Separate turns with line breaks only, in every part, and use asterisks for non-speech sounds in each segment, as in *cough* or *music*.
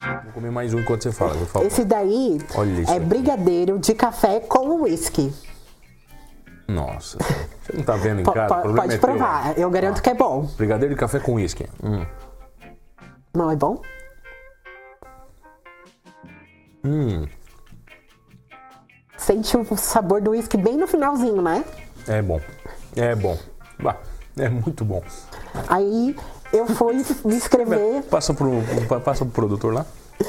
Vou comer mais um enquanto você fala. Eu falo.
Esse daí
Olha isso
é
aqui.
brigadeiro de café com uísque.
Nossa, você não tá vendo em
Po-
casa?
po-
O problema
pode
é teu.
provar, eu garanto que é bom.
Brigadeiro de café com uísque. Hum.
Não é bom?
Hum,
Sente o sabor do uísque bem no finalzinho, né?
É bom. É bom. Bah, é muito bom.
Aí eu
*laughs*
fui me inscrever.
Passa pro, pa- passa pro produtor lá.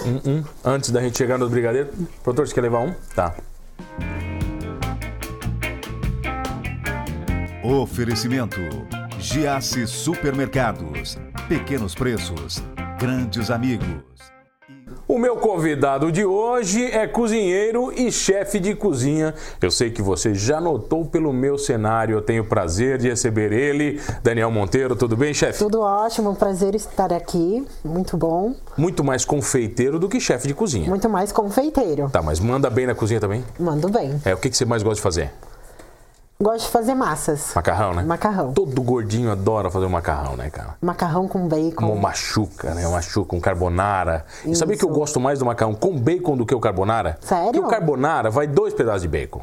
Hum, hum. Antes da gente chegar no brigadeiro. Produtor, você quer levar um? Tá.
Oferecimento: Giasse Supermercados. Pequenos preços, grandes amigos.
O meu convidado de hoje é cozinheiro e chefe de cozinha. Eu sei que você já notou pelo meu cenário. Eu tenho o prazer de receber ele, Daniel Monteiro. Tudo bem, chefe?
Tudo ótimo, um prazer estar aqui. Muito bom.
Muito mais confeiteiro do que chefe de cozinha.
Muito mais confeiteiro.
Tá, mas manda bem na cozinha também?
Mando bem.
É, o que, que você mais gosta de fazer?
Gosto de fazer massas.
Macarrão, né?
Macarrão.
Todo gordinho adora fazer um macarrão, né, cara?
Macarrão com
Uma
bacon.
machuca, né? Uma machuca, um carbonara. E sabia
Isso.
que eu gosto mais do macarrão com bacon do que o carbonara?
Sério?
Porque o carbonara vai dois pedaços de
*laughs*
bacon.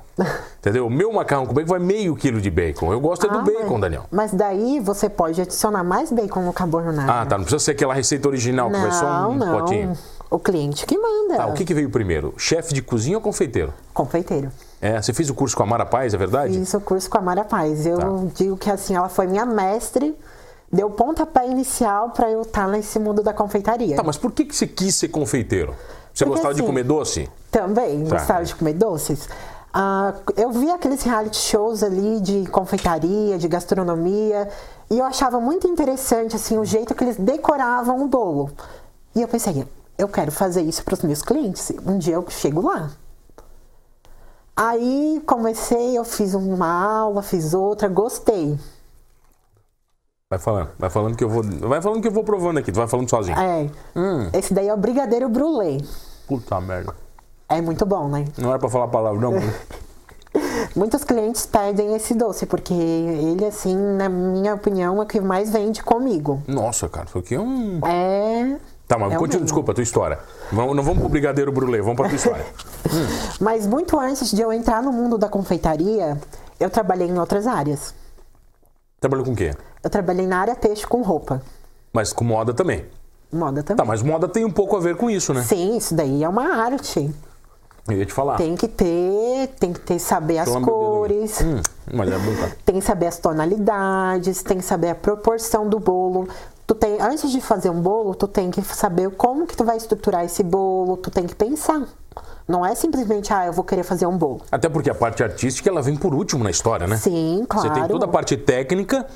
Entendeu? O meu macarrão com bacon vai meio quilo de bacon. Eu gosto é do
Ah,
bacon,
mas-
Daniel.
Mas daí você pode adicionar mais bacon no carbonara.
Ah, tá. Não precisa ser aquela receita original que
Não,
vai só um
não.
potinho.
O cliente que manda.
Tá, o que, que veio primeiro? Chefe de cozinha ou confeiteiro?
Confeiteiro.
É, você fez o curso com a Mara Paz, é verdade?
Fiz o curso com a Mara Paz. Eu
Tá.
digo que assim, ela foi minha mestre, deu pontapé inicial pra eu estar nesse mundo da confeitaria.
Tá, mas por que, que você quis ser confeiteiro? Você
Porque
gostava de
assim-
comer doce?
Também
Tá.
gostava de comer doces. Ah, eu vi aqueles reality shows ali de confeitaria, de gastronomia, e eu achava muito interessante assim o jeito que eles decoravam o bolo. E eu pensei, eu quero fazer isso para os meus clientes. Um dia eu chego lá. Aí comecei, eu fiz uma aula, fiz outra, gostei.
Vai falando, vai falando que eu vou. Vai falando que eu vou provando aqui, tu vai falando sozinho.
É.
Hum.
Esse daí é o brigadeiro brulé.
Puta merda.
É muito bom, né?
Não era pra falar a palavra, não.
É. Muitos clientes pedem esse doce, porque ele, assim, na minha opinião, é o que mais vende comigo.
Nossa, cara, isso aqui é um.
É.
Tá, mas
É o
continua,
mesmo.
desculpa, a tua história. Vamos- não vamos pro brigadeiro brulê, vamos pra tua
*laughs*
história.
Mas muito antes de eu entrar no mundo da confeitaria, eu trabalhei em outras áreas.
Trabalhou com o quê?
Eu trabalhei na área peixe com roupa.
Mas com moda também.
Moda
Tá,
também.
mas moda tem um pouco a ver com isso, né?
Sim, isso daí é uma arte.
Eu ia te falar.
Tem que ter, tem que ter saber as
Pelo amor de
cores.
Hum, mas é bom, cara.
Tem que saber as tonalidades, tem que saber a proporção do bolo. Tu tem, antes de fazer um bolo, tu tem que saber como que tu vai estruturar esse bolo, tu tem que pensar. Não é simplesmente, ah, eu vou querer fazer um bolo.
Até porque a parte artística ela vem por último na história, né?
Sim, claro.
Você tem toda a parte técnica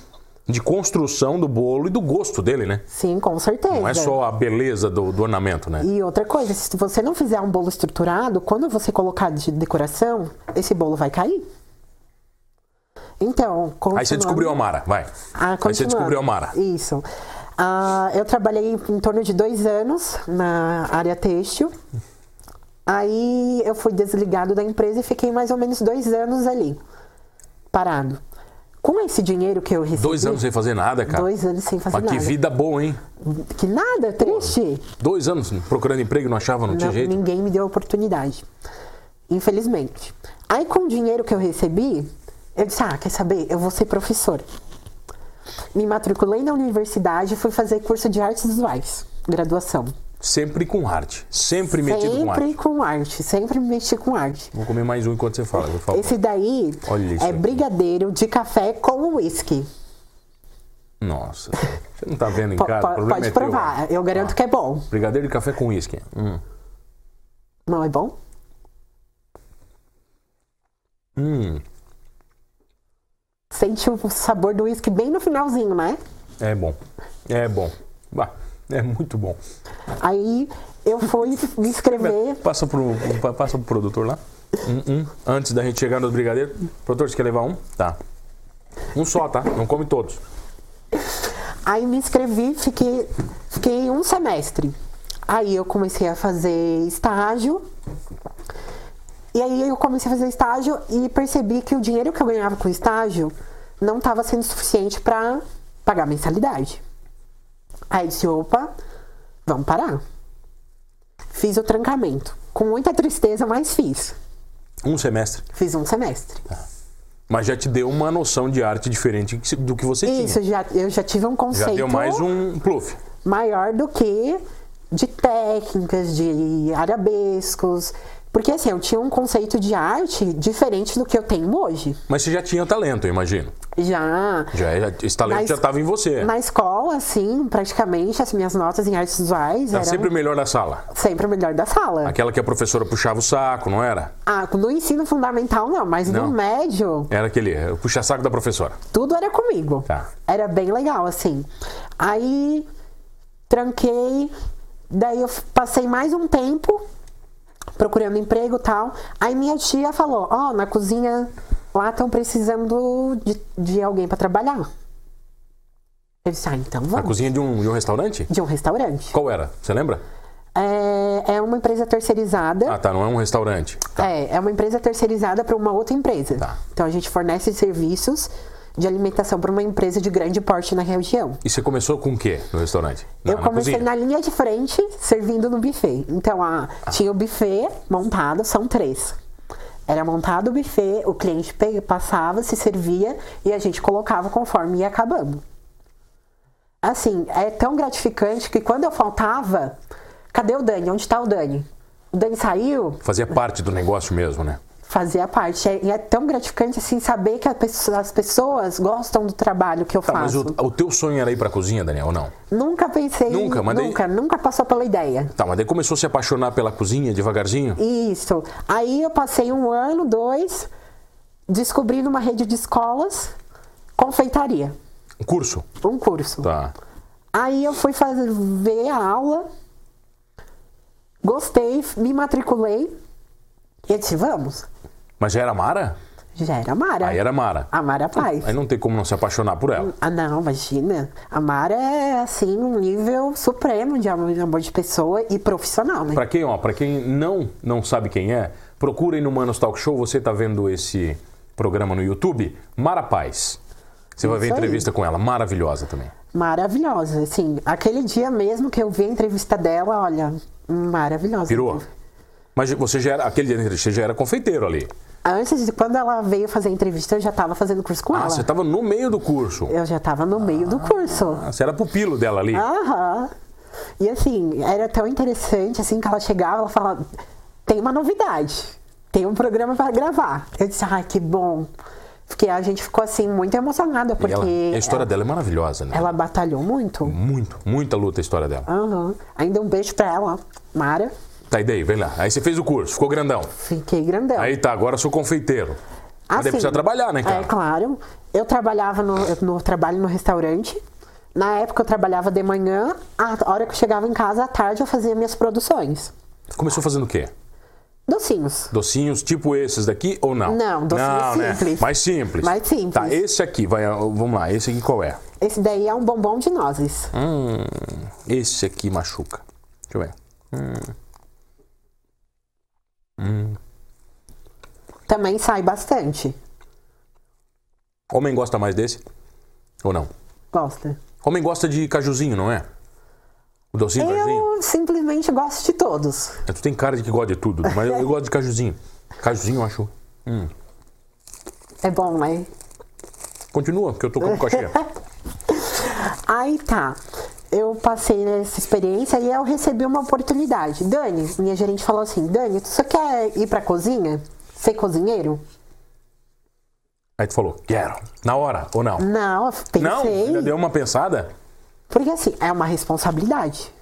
de construção do bolo e do gosto dele, né?
Sim, com certeza.
Não é só a beleza do, do ornamento, né?
E outra coisa, se você não fizer um bolo estruturado, quando você colocar de decoração, esse bolo vai cair. Então,
Aí você
continuando-
descobriu a Mara, vai. Aí
Ah,
você
continuando.
descobriu a Mara.
Isso. Ah, eu trabalhei em torno de dois anos na área têxtil. Aí eu fui desligado da empresa e fiquei mais ou menos dois anos ali, parado. Com esse dinheiro que eu recebi...
Dois anos sem fazer nada, cara.
Dois anos sem fazer
Mas que
nada.
vida boa, hein?
Que nada, triste.
Dois anos procurando emprego, não achava, não, tinha
Não,
jeito.
Ninguém me deu oportunidade. Infelizmente. Aí com o dinheiro que eu recebi, eu disse: "Ah, quer saber? Eu vou ser professor". Me matriculei na universidade e fui fazer curso de artes visuais, graduação.
Sempre com arte. Sempre metido com
sempre
arte.
com arte, sempre me mexi com arte.
Vou comer mais um enquanto você fala, por favor.
Esse daí
Olha isso
é
aqui.
brigadeiro de café com uísque.
Nossa, você não tá vendo em
Po-
casa?
po-
o problema
pode
é teu.
provar, eu garanto que é bom.
Brigadeiro de café com uísque. Hum.
Não é bom? Sente o sabor do uísque bem no finalzinho, né?
É bom. É bom. Bah, é muito bom.
Aí eu fui me inscrever.
Passa pro, pa- passa pro produtor lá. Hum, hum. Antes da gente chegar nos brigadeiros. Produtor, você quer levar um? Tá. Um só, tá? Não come todos.
Aí me inscrevi, fiquei, fiquei um semestre. Aí eu comecei a fazer estágio. E aí eu comecei a fazer estágio e percebi que o dinheiro que eu ganhava com estágio não estava sendo suficiente para pagar a mensalidade. Aí disse, opa, vamos parar. Fiz o trancamento. Com muita tristeza, mas fiz.
Um semestre.
Fiz um semestre.
Mas já te deu uma noção de arte diferente do que você tinha.
Isso, já, eu já tive um
Já
conceito
deu mais um pluf.
maior do que de técnicas, de arabescos. Porque assim, eu tinha um conceito de arte diferente do que eu tenho hoje.
Mas você já tinha o talento, eu imagino.
Já
Já, já- esse talento
Mas-
já estava em você.
na escola, assim, praticamente, as minhas notas em artes visuais
Era
eram
Tá sempre
sempre...
o melhor da sala.
o melhor da sala.
Aquela que a professora puxava o saco, não era?
Ah, no ensino fundamental não, mas
Não.
no médio,
Era aquele eh, puxa-saco da professora.
tudo era comigo.
Tá.
Era bem legal, assim. Aí tranquei, daí eu f- passei mais um tempo procurando emprego e tal. Aí minha tia falou, ó, na cozinha lá estão precisando de, de alguém pra trabalhar. Eu disse, ah, então
A
vamos.
cozinha de um, de um restaurante?
De um restaurante.
Qual era? Você lembra?
É, é uma empresa terceirizada.
Ah, tá, não é um restaurante.
É, é uma empresa terceirizada para uma outra empresa.
Tá.
Então a gente fornece serviços de alimentação para uma empresa de grande porte na região.
E você começou com o quê no restaurante? Na-
eu
na
comecei
cozinha.
na linha de frente, servindo no buffet. Então, a- tinha o buffet montado, são três. Era montado o buffet, o cliente pe- passava, se servia e a gente colocava conforme ia acabando. Assim, é tão gratificante que quando eu faltava, cadê o Dani? Onde está o Dani? O Dani saiu?
Fazia parte do negócio mesmo, né?
Fazer a parte. É- E é tão gratificante assim saber que a pesso- as pessoas gostam do trabalho que eu
Tá, mas
faço.
o, o teu sonho era ir pra cozinha, Daniel, ou não?
Nunca pensei.
Nunca, mas daí-
nunca, nunca passou pela ideia.
Tá, mas daí começou a se apaixonar pela cozinha devagarzinho?
Isso. Aí eu passei um ano, dois, descobri numa rede de escolas confeitaria,
Um curso?
um curso.
Tá.
Aí eu fui fazer ver a aula, gostei, me matriculei e eu disse, vamos.
Mas já era Mara?
Já era a Mara.
Aí era Mara.
A Mara Paz.
Aí é não tem como não se apaixonar por ela.
Ah, não, imagina. A Mara é, assim, um nível supremo de amor de amor de pessoa e profissional, né?
Pra quem, ó, para quem não não sabe quem é, procurem no Manos Talk Show, você tá vendo esse programa no YouTube, Mara Paz. Você vai ver
Isso aí.
entrevista com ela, maravilhosa também.
Maravilhosa, assim. Aquele dia mesmo que eu vi a entrevista dela, olha, maravilhosa.
Pirou? Mas você já era, aquele dia da entrevista, você já era confeiteiro ali.
Antes de quando ela veio fazer a entrevista, eu já tava fazendo curso com
Ah,
ela.
você tava no meio do curso.
Eu já tava no meio do curso.
Ah, você era pupilo dela
Ah,
ali.
Aham. E assim, era tão interessante, assim, que ela chegava, ela falava, tem uma novidade, tem um programa pra gravar. Eu disse, ai, que bom. Porque a gente ficou, assim, muito emocionada,
E
porque
ela- a história
ela,
dela Uhum. é maravilhosa, né?
ela batalhou muito.
Muito, muita luta a história dela.
Aham. Ainda um beijo pra ela, Mara.
Tá, e daí, vem lá. Aí você fez o curso, ficou grandão.
Fiquei grandão.
Aí tá, agora eu sou confeiteiro. Mas
Assim,
daí precisa trabalhar, né, cara?
Então. É claro. Eu trabalhava no, eu- no trabalho no restaurante. Na época eu trabalhava de manhã, a hora que eu chegava em casa, à tarde eu fazia minhas produções.
Começou fazendo o quê?
Docinhos.
Docinhos tipo esses daqui ou não?
Não, docinho
né?
simples.
Mais simples.
Mais simples.
Tá, esse aqui, vai, vamos lá, esse aqui qual é?
Esse daí é um bombom de nozes.
Hum, esse aqui machuca. Deixa eu ver.
Também sai bastante.
Homem gosta mais desse? Ou não?
Gosta.
Homem gosta de cajuzinho, não é? O docinho de cajuzinho? É,
Eu simplesmente gosto de todos.
Tu tem cara de que gosta de tudo, né? mas eu, eu gosto de cajuzinho. Cajuzinho eu acho.
É bom, né?
Continua, porque eu tô com o cachê.
*laughs* Aí tá. Eu passei nessa experiência e eu recebi uma oportunidade. Dani, minha gerente falou assim: Dani, você quer ir pra cozinha? Ser cozinheiro?
Aí tu falou, quero. Na hora ou não?
Não, eu
Não?
pensei.
Já deu uma pensada?
Porque assim, é uma responsabilidade.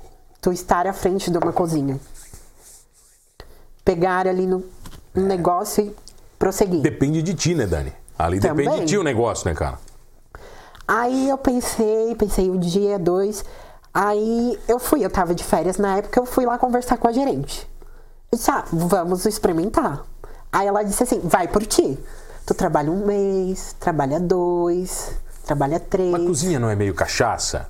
Tu estar à frente de uma cozinha. Pegar ali no no negócio e prosseguir.
Depende É. de ti, né, Dani? Ali depende
Também.
de ti o negócio, né, cara?
Aí eu pensei, pensei um dia, dois. Aí eu fui, eu tava de férias na época, eu fui lá conversar com a gerente. Eu disse, ah, vamos experimentar. Aí ela disse assim, vai por ti. Tu trabalha um mês, trabalha dois, trabalha três.
A cozinha não é meio cachaça?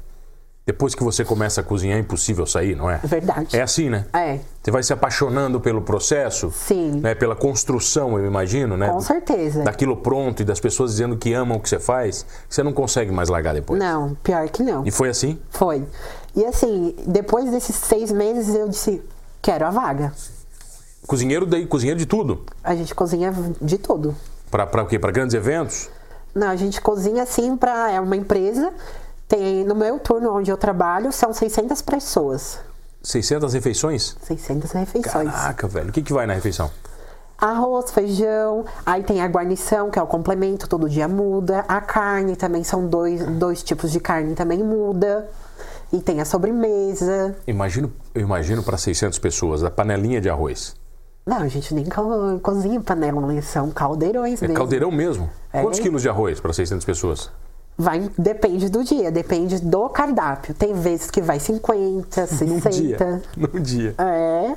Depois que você começa a cozinhar, é impossível sair, não é?
Verdade.
É assim, né?
É.
Você vai se apaixonando pelo processo,
Sim.
né? pela construção, eu imagino, né?
Com
Do-
certeza.
Daquilo pronto e das pessoas dizendo que amam o que você faz, que você não consegue mais largar depois.
Não, pior que não.
E foi assim?
Foi. E assim, depois desses seis meses eu disse, Quero a vaga.
Cozinheiro daí, cozinheiro de tudo.
A gente cozinha de tudo.
Pra, pra o quê? Pra grandes eventos?
Não, a gente cozinha assim para é uma empresa. Tem no meu turno onde eu trabalho são 600 pessoas,
600 refeições?
600 refeições.
Caraca, velho. O que, que vai na refeição?
Arroz, feijão, aí tem a guarnição, que é o complemento, todo dia muda. A carne também são dois, dois tipos de carne também muda. E tem a sobremesa.
Imagino, eu imagino para 600 pessoas, a panelinha de arroz.
Não, a gente nem co- cozinha em panela, né? são caldeirões
É
mesmo.
caldeirão mesmo.
É.
Quantos quilos de arroz para 600 pessoas?
Vai, depende do dia, depende do cardápio. Tem vezes que vai 50,
Num
60.
dia. Num dia.
É,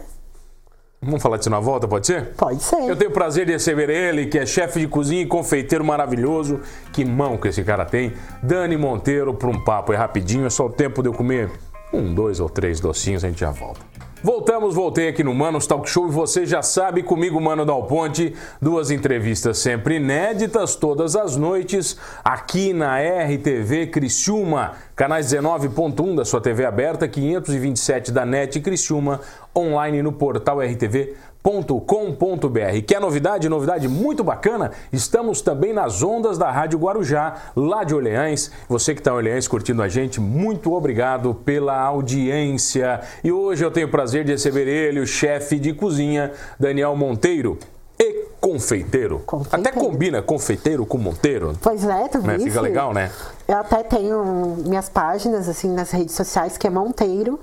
Vamos falar disso na volta, pode ser?
pode ser.
Eu tenho o prazer de receber ele, que é chefe de cozinha e confeiteiro maravilhoso. Que mão que esse cara tem. Dani Monteiro para um papo. É rapidinho, é só o tempo de eu comer um, dois ou três docinhos, a gente já volta. Voltamos, voltei aqui no Manos Talk Show e você já sabe, comigo, Mano Dal Ponte, duas entrevistas sempre inéditas, todas as noites, aqui na RTV Criciúma, canais 19.1 da sua TV aberta, 527 da NET Criciúma, online no portal RTV com.br Que é novidade, novidade muito bacana. Estamos também nas ondas da Rádio Guarujá, lá de Orleans. Você que está em Orleans curtindo a gente, muito obrigado pela audiência. E hoje eu tenho o prazer de receber ele, o chefe de cozinha, Daniel Monteiro e confeiteiro.
Confeiteiro.
Até combina confeiteiro com Monteiro,
Pois é, tu
né?
viste?
Fica legal, né?
Eu até tenho minhas páginas, assim, nas redes sociais, que é Monteiro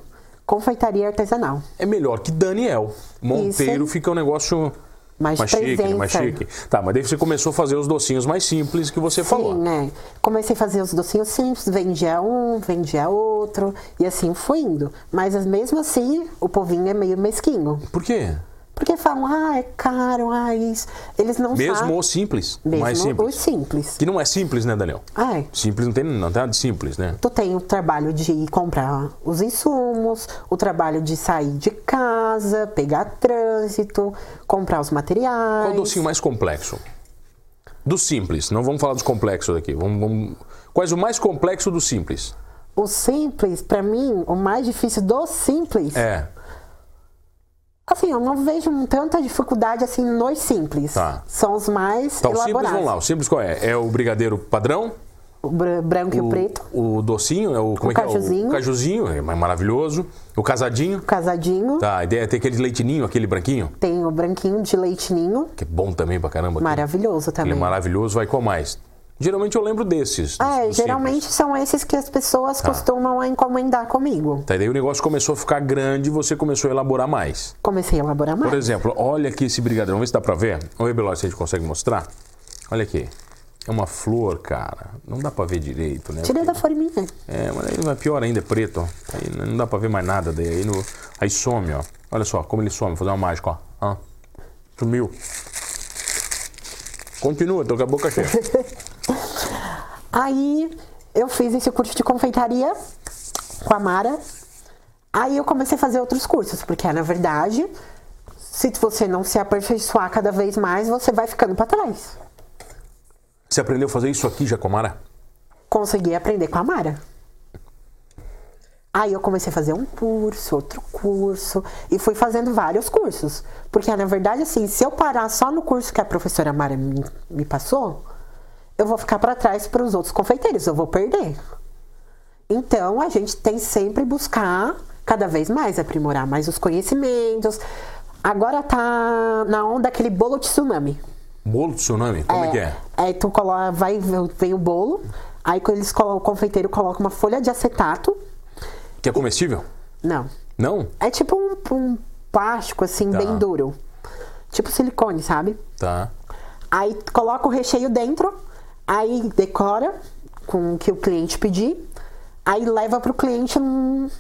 Confeitaria Artesanal.
É melhor que Daniel. Monteiro
Isso.
fica um negócio
Mais
mais chique, né?
presença.
mais chique. Tá, mas daí você começou a fazer os docinhos mais simples que você falou.
Sim, né? Comecei a fazer os docinhos simples, vendia um, vendia outro, e assim fui indo. Mas mesmo assim, o povinho é meio mesquinho.
Por quê?
Porque falam, ah, é caro, ah, isso. Eles não
Mesmo
sabem.
ou simples?
Mesmo
mais
os
simples.
simples.
Que não é simples, né, Daniel?
Ai,
Simples não tem, não tem nada de simples, né?
tu tem o trabalho de comprar os insumos, o trabalho de sair de casa, pegar trânsito, comprar os materiais.
Qual o docinho mais complexo? Do simples, não vamos falar dos complexos aqui. Vamos, vamos- Quais o mais complexo do simples?
O simples, pra mim, o mais difícil do simples.
É,
Assim, eu não vejo tanta dificuldade assim nos simples.
Tá.
São os mais
tá, o simples,
elaborados.
vamos lá. O simples qual é? É o brigadeiro padrão?
O br- branco e o preto,
O docinho, é o, como
O
é que é?
cajuzinho.
O cajuzinho, é maravilhoso. O casadinho,
o casadinho,
tá, a ideia é ter aquele leitinho, aquele branquinho,
tem o branquinho de leitinho,
que é bom também pra caramba. aquele-
maravilhoso
Ele
também.
é maravilhoso, vai qual mais? Geralmente eu lembro desses. dos-
É,
dos
geralmente
simples.
são esses que as pessoas costumam encomendar comigo.
Tá, e daí o negócio começou a ficar grande e você começou a elaborar mais.
Comecei a elaborar mais.
Por exemplo, olha aqui esse brigadeiro. Vamos ver se dá pra ver. Vamos ver, Beló, se a gente consegue mostrar. Olha aqui. É uma flor, cara. Não dá pra ver direito, né?
Tirei da forminha.
É, mas aí vai pior ainda, é preto, ó. Aí não dá pra ver mais nada daí. Aí, no- aí some, ó. Olha só como ele some. Vou fazer uma mágica, ó. Ah, sumiu. Continua, tô com a boca cheia.
Aí eu fiz esse curso de confeitaria com a Mara. Aí eu comecei a fazer outros cursos, porque na verdade, se você não se aperfeiçoar cada vez mais, você vai ficando pra trás.
Você aprendeu a fazer isso aqui, Jacomara?
Consegui aprender com a Mara. Aí eu comecei a fazer um curso, outro curso, e fui fazendo vários cursos. Porque na verdade, assim, se eu parar só no curso que a professora Mara me, me passou, eu vou ficar pra trás para os outros confeiteiros, eu vou perder. Então a gente tem sempre buscar cada vez mais aprimorar mais os conhecimentos. Agora tá na onda aquele bolo tsunami.
Bolo de tsunami? Como é, que é?
É, tu coloca, vai, vem o bolo, aí quando eles colocam, o confeiteiro coloca uma folha de acetato.
Que é comestível?
Não.
Não?
É tipo um, um plástico, assim,
Tá.
bem duro. Tipo silicone, sabe?
Tá.
Aí tu coloca o recheio dentro, aí decora com o que o cliente pedir, aí leva pro cliente. hum,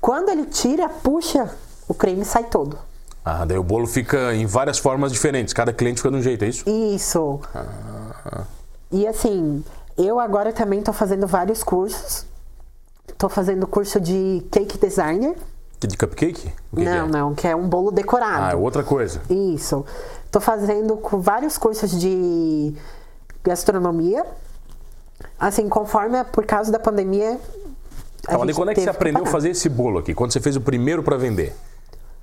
Quando ele tira, puxa, o creme sai todo.
Ah, daí o bolo fica em várias formas diferentes. Cada cliente fica de um jeito, é isso?
Isso. E assim, eu agora também tô fazendo vários cursos. Tô fazendo curso de cake designer.
Que de cupcake? O que que
não,
é?
não, que é um bolo
Ah, é
decorado.
outra coisa.
Isso. Tô fazendo com vários cursos de gastronomia. Assim, conforme é por causa da pandemia. a
Tá, mas
gente
quando é que
teve
você aprendeu a
parar.
fazer esse bolo aqui? Quando você fez o primeiro pra vender?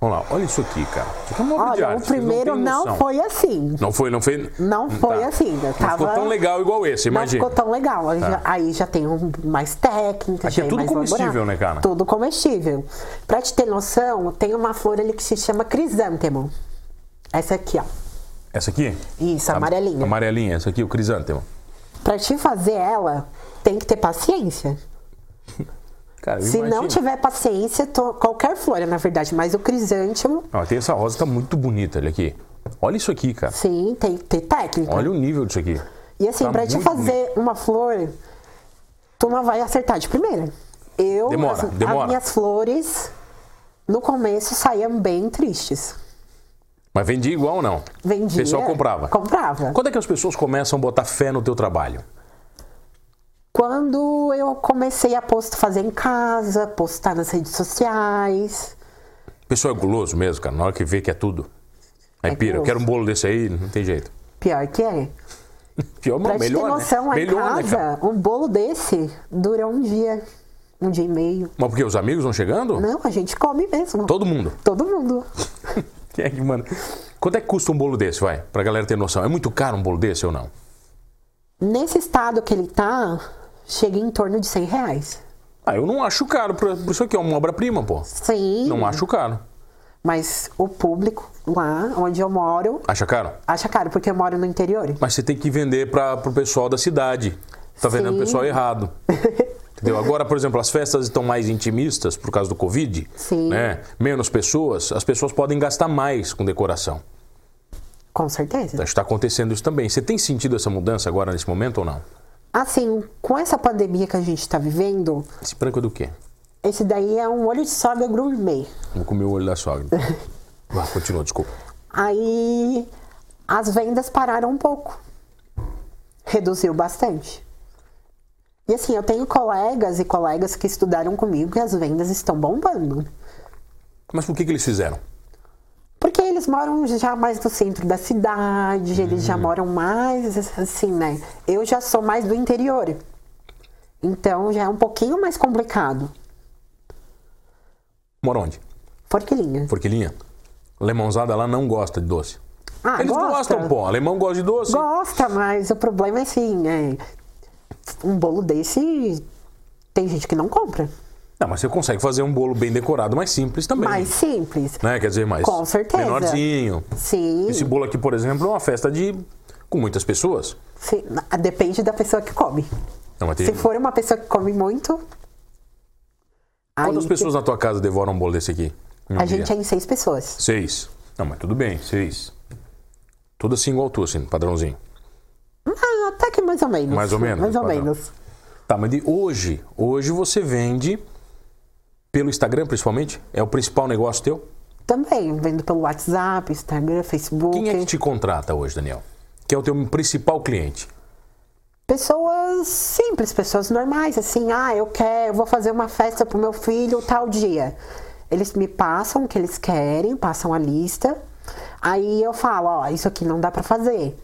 Vamos lá, olha isso aqui, cara. Isso aqui é uma obra de
Olha,
arte,
o
vocês
primeiro
têm
não,
noção.
foi assim.
Não foi, não foi.
Não foi assim, eu
Não ficou
tava-
tão legal igual esse,
Não
imagina.
ficou tão legal. Aí, já, aí já tem um, mais técnica.
Aqui
já
é tudo
mais elaborado.
comestível, né, cara?
Tudo comestível. Pra te ter noção, tem uma flor ali que se chama crisântemo. Essa aqui, ó.
Essa aqui?
Isso, amarelinha.
Amarelinha, essa aqui, o crisântemo.
Pra te fazer ela, tem que ter paciência.
Cara, eu
Se não
imagino.
tiver paciência, to- qualquer flor, na verdade, mas o crisântemo,
Ó, tem essa rosa, tá muito bonita, olha aqui. Olha isso aqui, cara.
sim, tem que ter técnica.
Olha o nível disso aqui.
E assim,
Tá
pra te
muito
fazer uma flor, tu não vai acertar de primeira. Eu,
Demora,
as,
demora.
as minhas flores, no começo saíam bem tristes.
Mas vendia igual ou não?
Vendia.
O pessoal comprava.
Comprava.
Quando é que as pessoas começam a botar fé no teu trabalho?
Quando eu comecei a post fazer em casa, postar nas redes sociais.
O pessoal é guloso mesmo, cara. Na hora que vê que é tudo. Aí
É
pira, eu
guloso.
quero um bolo desse aí, não tem jeito.
Pior que é.
Pior, mas
Pra te
melhor,
ter noção,
né?
lá
Melhor,
em
né, cara?
casa, um bolo desse dura um dia, um dia e meio.
Mas porque os amigos vão chegando?
Não, a gente come mesmo.
Todo mundo.
Todo mundo.
Quem é que manda? Quanto é que custa um bolo desse, vai? Pra galera ter noção. É muito caro um bolo desse ou não?
Nesse estado que ele tá, chega em torno de 100 reais.
Ah, eu não acho caro. pra- Por isso aqui é uma obra-prima, pô.
Sim.
Não acho caro.
Mas o público lá onde eu moro
Acha caro?
acha caro, porque eu moro no interior.
Mas você tem que vender para pro pessoal da cidade. Tá vendendo o
Sim.
pessoal
*laughs*
errado. Entendeu? Agora, por exemplo, as festas estão mais intimistas por causa do Covid.
Sim.
Né? Menos pessoas, as pessoas podem gastar mais com decoração. Então,
Com certeza.
Está acontecendo isso também. Você tem sentido essa mudança agora nesse momento ou não?
Assim, com essa pandemia que a gente tá vivendo,
Esse branco é do quê?
esse daí é um olho de sogra gourmet.
Vou comer o olho da
*laughs*
sogra. Vá, continua, desculpa.
Aí as vendas pararam um pouco. Reduziu bastante. E assim, eu tenho colegas e colegas que estudaram comigo e as vendas estão bombando.
Mas por que, que eles fizeram?
Porque eles moram já mais no centro da cidade, eles
Hum.
já moram mais assim, né? Eu já sou mais do interior. Então já é um pouquinho mais complicado.
Mora onde?
Forquilinha.
Forquilinha? Lemãozada lá não gosta de doce.
Ah,
Eles
gosta?
gostam, pô. Alemão gosta de doce.
Gosta, mas o problema é assim, é, um bolo desse tem gente que não compra.
Não, mas você consegue fazer um bolo bem decorado, mais simples também.
Mais simples.
né? Quer dizer, mais
Com certeza.
menorzinho.
Sim,
Esse bolo aqui, por exemplo, é uma festa de com muitas pessoas.
sim. Ah, Depende da pessoa que come.
Não, mas tem-
Se for uma pessoa que come muito.
Quantas
aí
pessoas na tua casa devoram um bolo desse aqui? em um
A
dia?
gente é em seis pessoas.
Seis. Não, mas tudo bem, seis. Tudo assim igual tu, assim, padrãozinho.
Ah, até que mais ou menos.
Mais ou menos,
Mais ou
padrão.
menos.
Tá, mas de hoje, hoje você vende pelo Instagram principalmente? É o principal negócio teu?
Também, vendo pelo WhatsApp, Instagram, Facebook.
Quem é que te contrata hoje, Daniel? Que é o teu principal cliente?
Pessoas simples, pessoas normais, assim, ah, eu quero, eu vou fazer uma festa pro meu filho tal dia. Eles me passam o que eles querem, passam a lista. Aí eu falo, ó, isso aqui não dá pra fazer.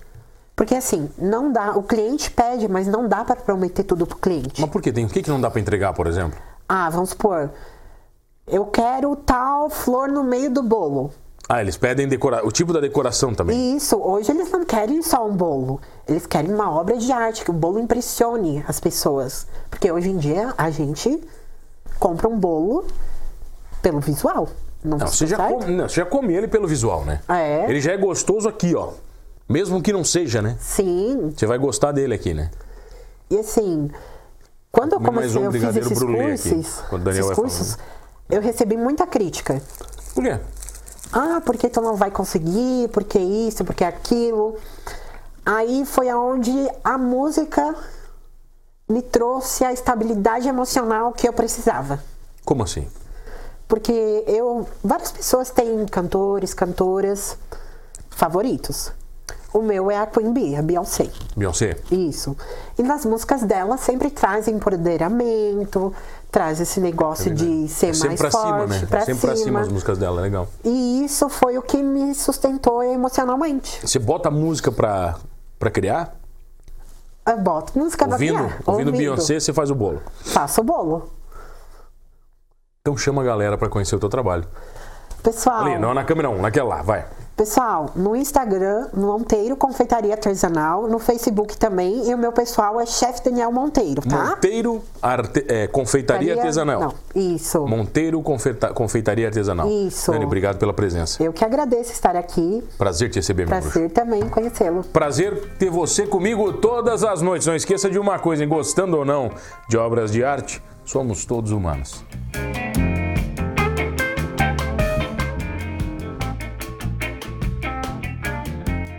Porque assim, não dá, o cliente pede, mas não dá pra prometer tudo pro cliente.
Mas por que tem? O que que não dá pra entregar, por exemplo?
Ah, vamos supor, eu quero tal flor no meio do bolo.
Ah, eles pedem decora... o tipo da decoração também.
E Isso, hoje eles não querem só um bolo, eles querem uma obra de arte, que o bolo impressione as pessoas. Porque hoje em dia a gente compra um bolo pelo visual. Não,
Não, você
tá
já,
certo?
come, não, você já come ele pelo visual, né?
Ah, é?
Ele já é gostoso aqui, ó. Mesmo que não seja, né?
Sim,
Você vai gostar dele aqui, né?
e assim, quando eu
Comi mais
comecei,
um
eu fiz
brigadeiro
esses
brulé aqui,
cursos,
quando o Daniel vai
esses cursos eu recebi muita crítica.
Por quê?
Ah, porque tu não vai conseguir, porque isso, porque aquilo. Aí foi aonde a música me trouxe a estabilidade emocional que eu precisava.
Como assim?
Porque eu. Várias pessoas têm cantores, cantoras favoritos. O meu é a Queen Bee, a Beyoncé.
Beyoncé?
Isso. E nas músicas dela sempre traz empoderamento, traz esse negócio de ser
É sempre
mais
pra
forte,
cima, né?
pra
sempre pra cima as músicas dela, legal.
E isso foi o que me sustentou emocionalmente.
Você bota a música pra, pra criar?
Eu boto música pra
ouvindo,
criar.
ouvindo Beyoncé, você faz o bolo.
Faço o bolo.
Então chama a galera pra conhecer o teu trabalho.
Pessoal,
Ali, não na câmera 1, naquela lá, vai.
pessoal, no Instagram, no Monteiro Confeitaria Artesanal, no Facebook também, e o meu pessoal é Chefe Daniel Monteiro, tá?
Monteiro Arte- é, Confeitaria Artesanal.
Não, isso.
Monteiro Confeita- Confeitaria Artesanal.
Isso.
Dani, obrigado pela presença.
Eu que agradeço estar aqui,
Prazer te receber, meu bruxo.
prazer também conhecê-lo.
Prazer ter você comigo todas as noites. Não esqueça de uma coisa, hein? gostando ou não de obras de arte, somos todos humanos.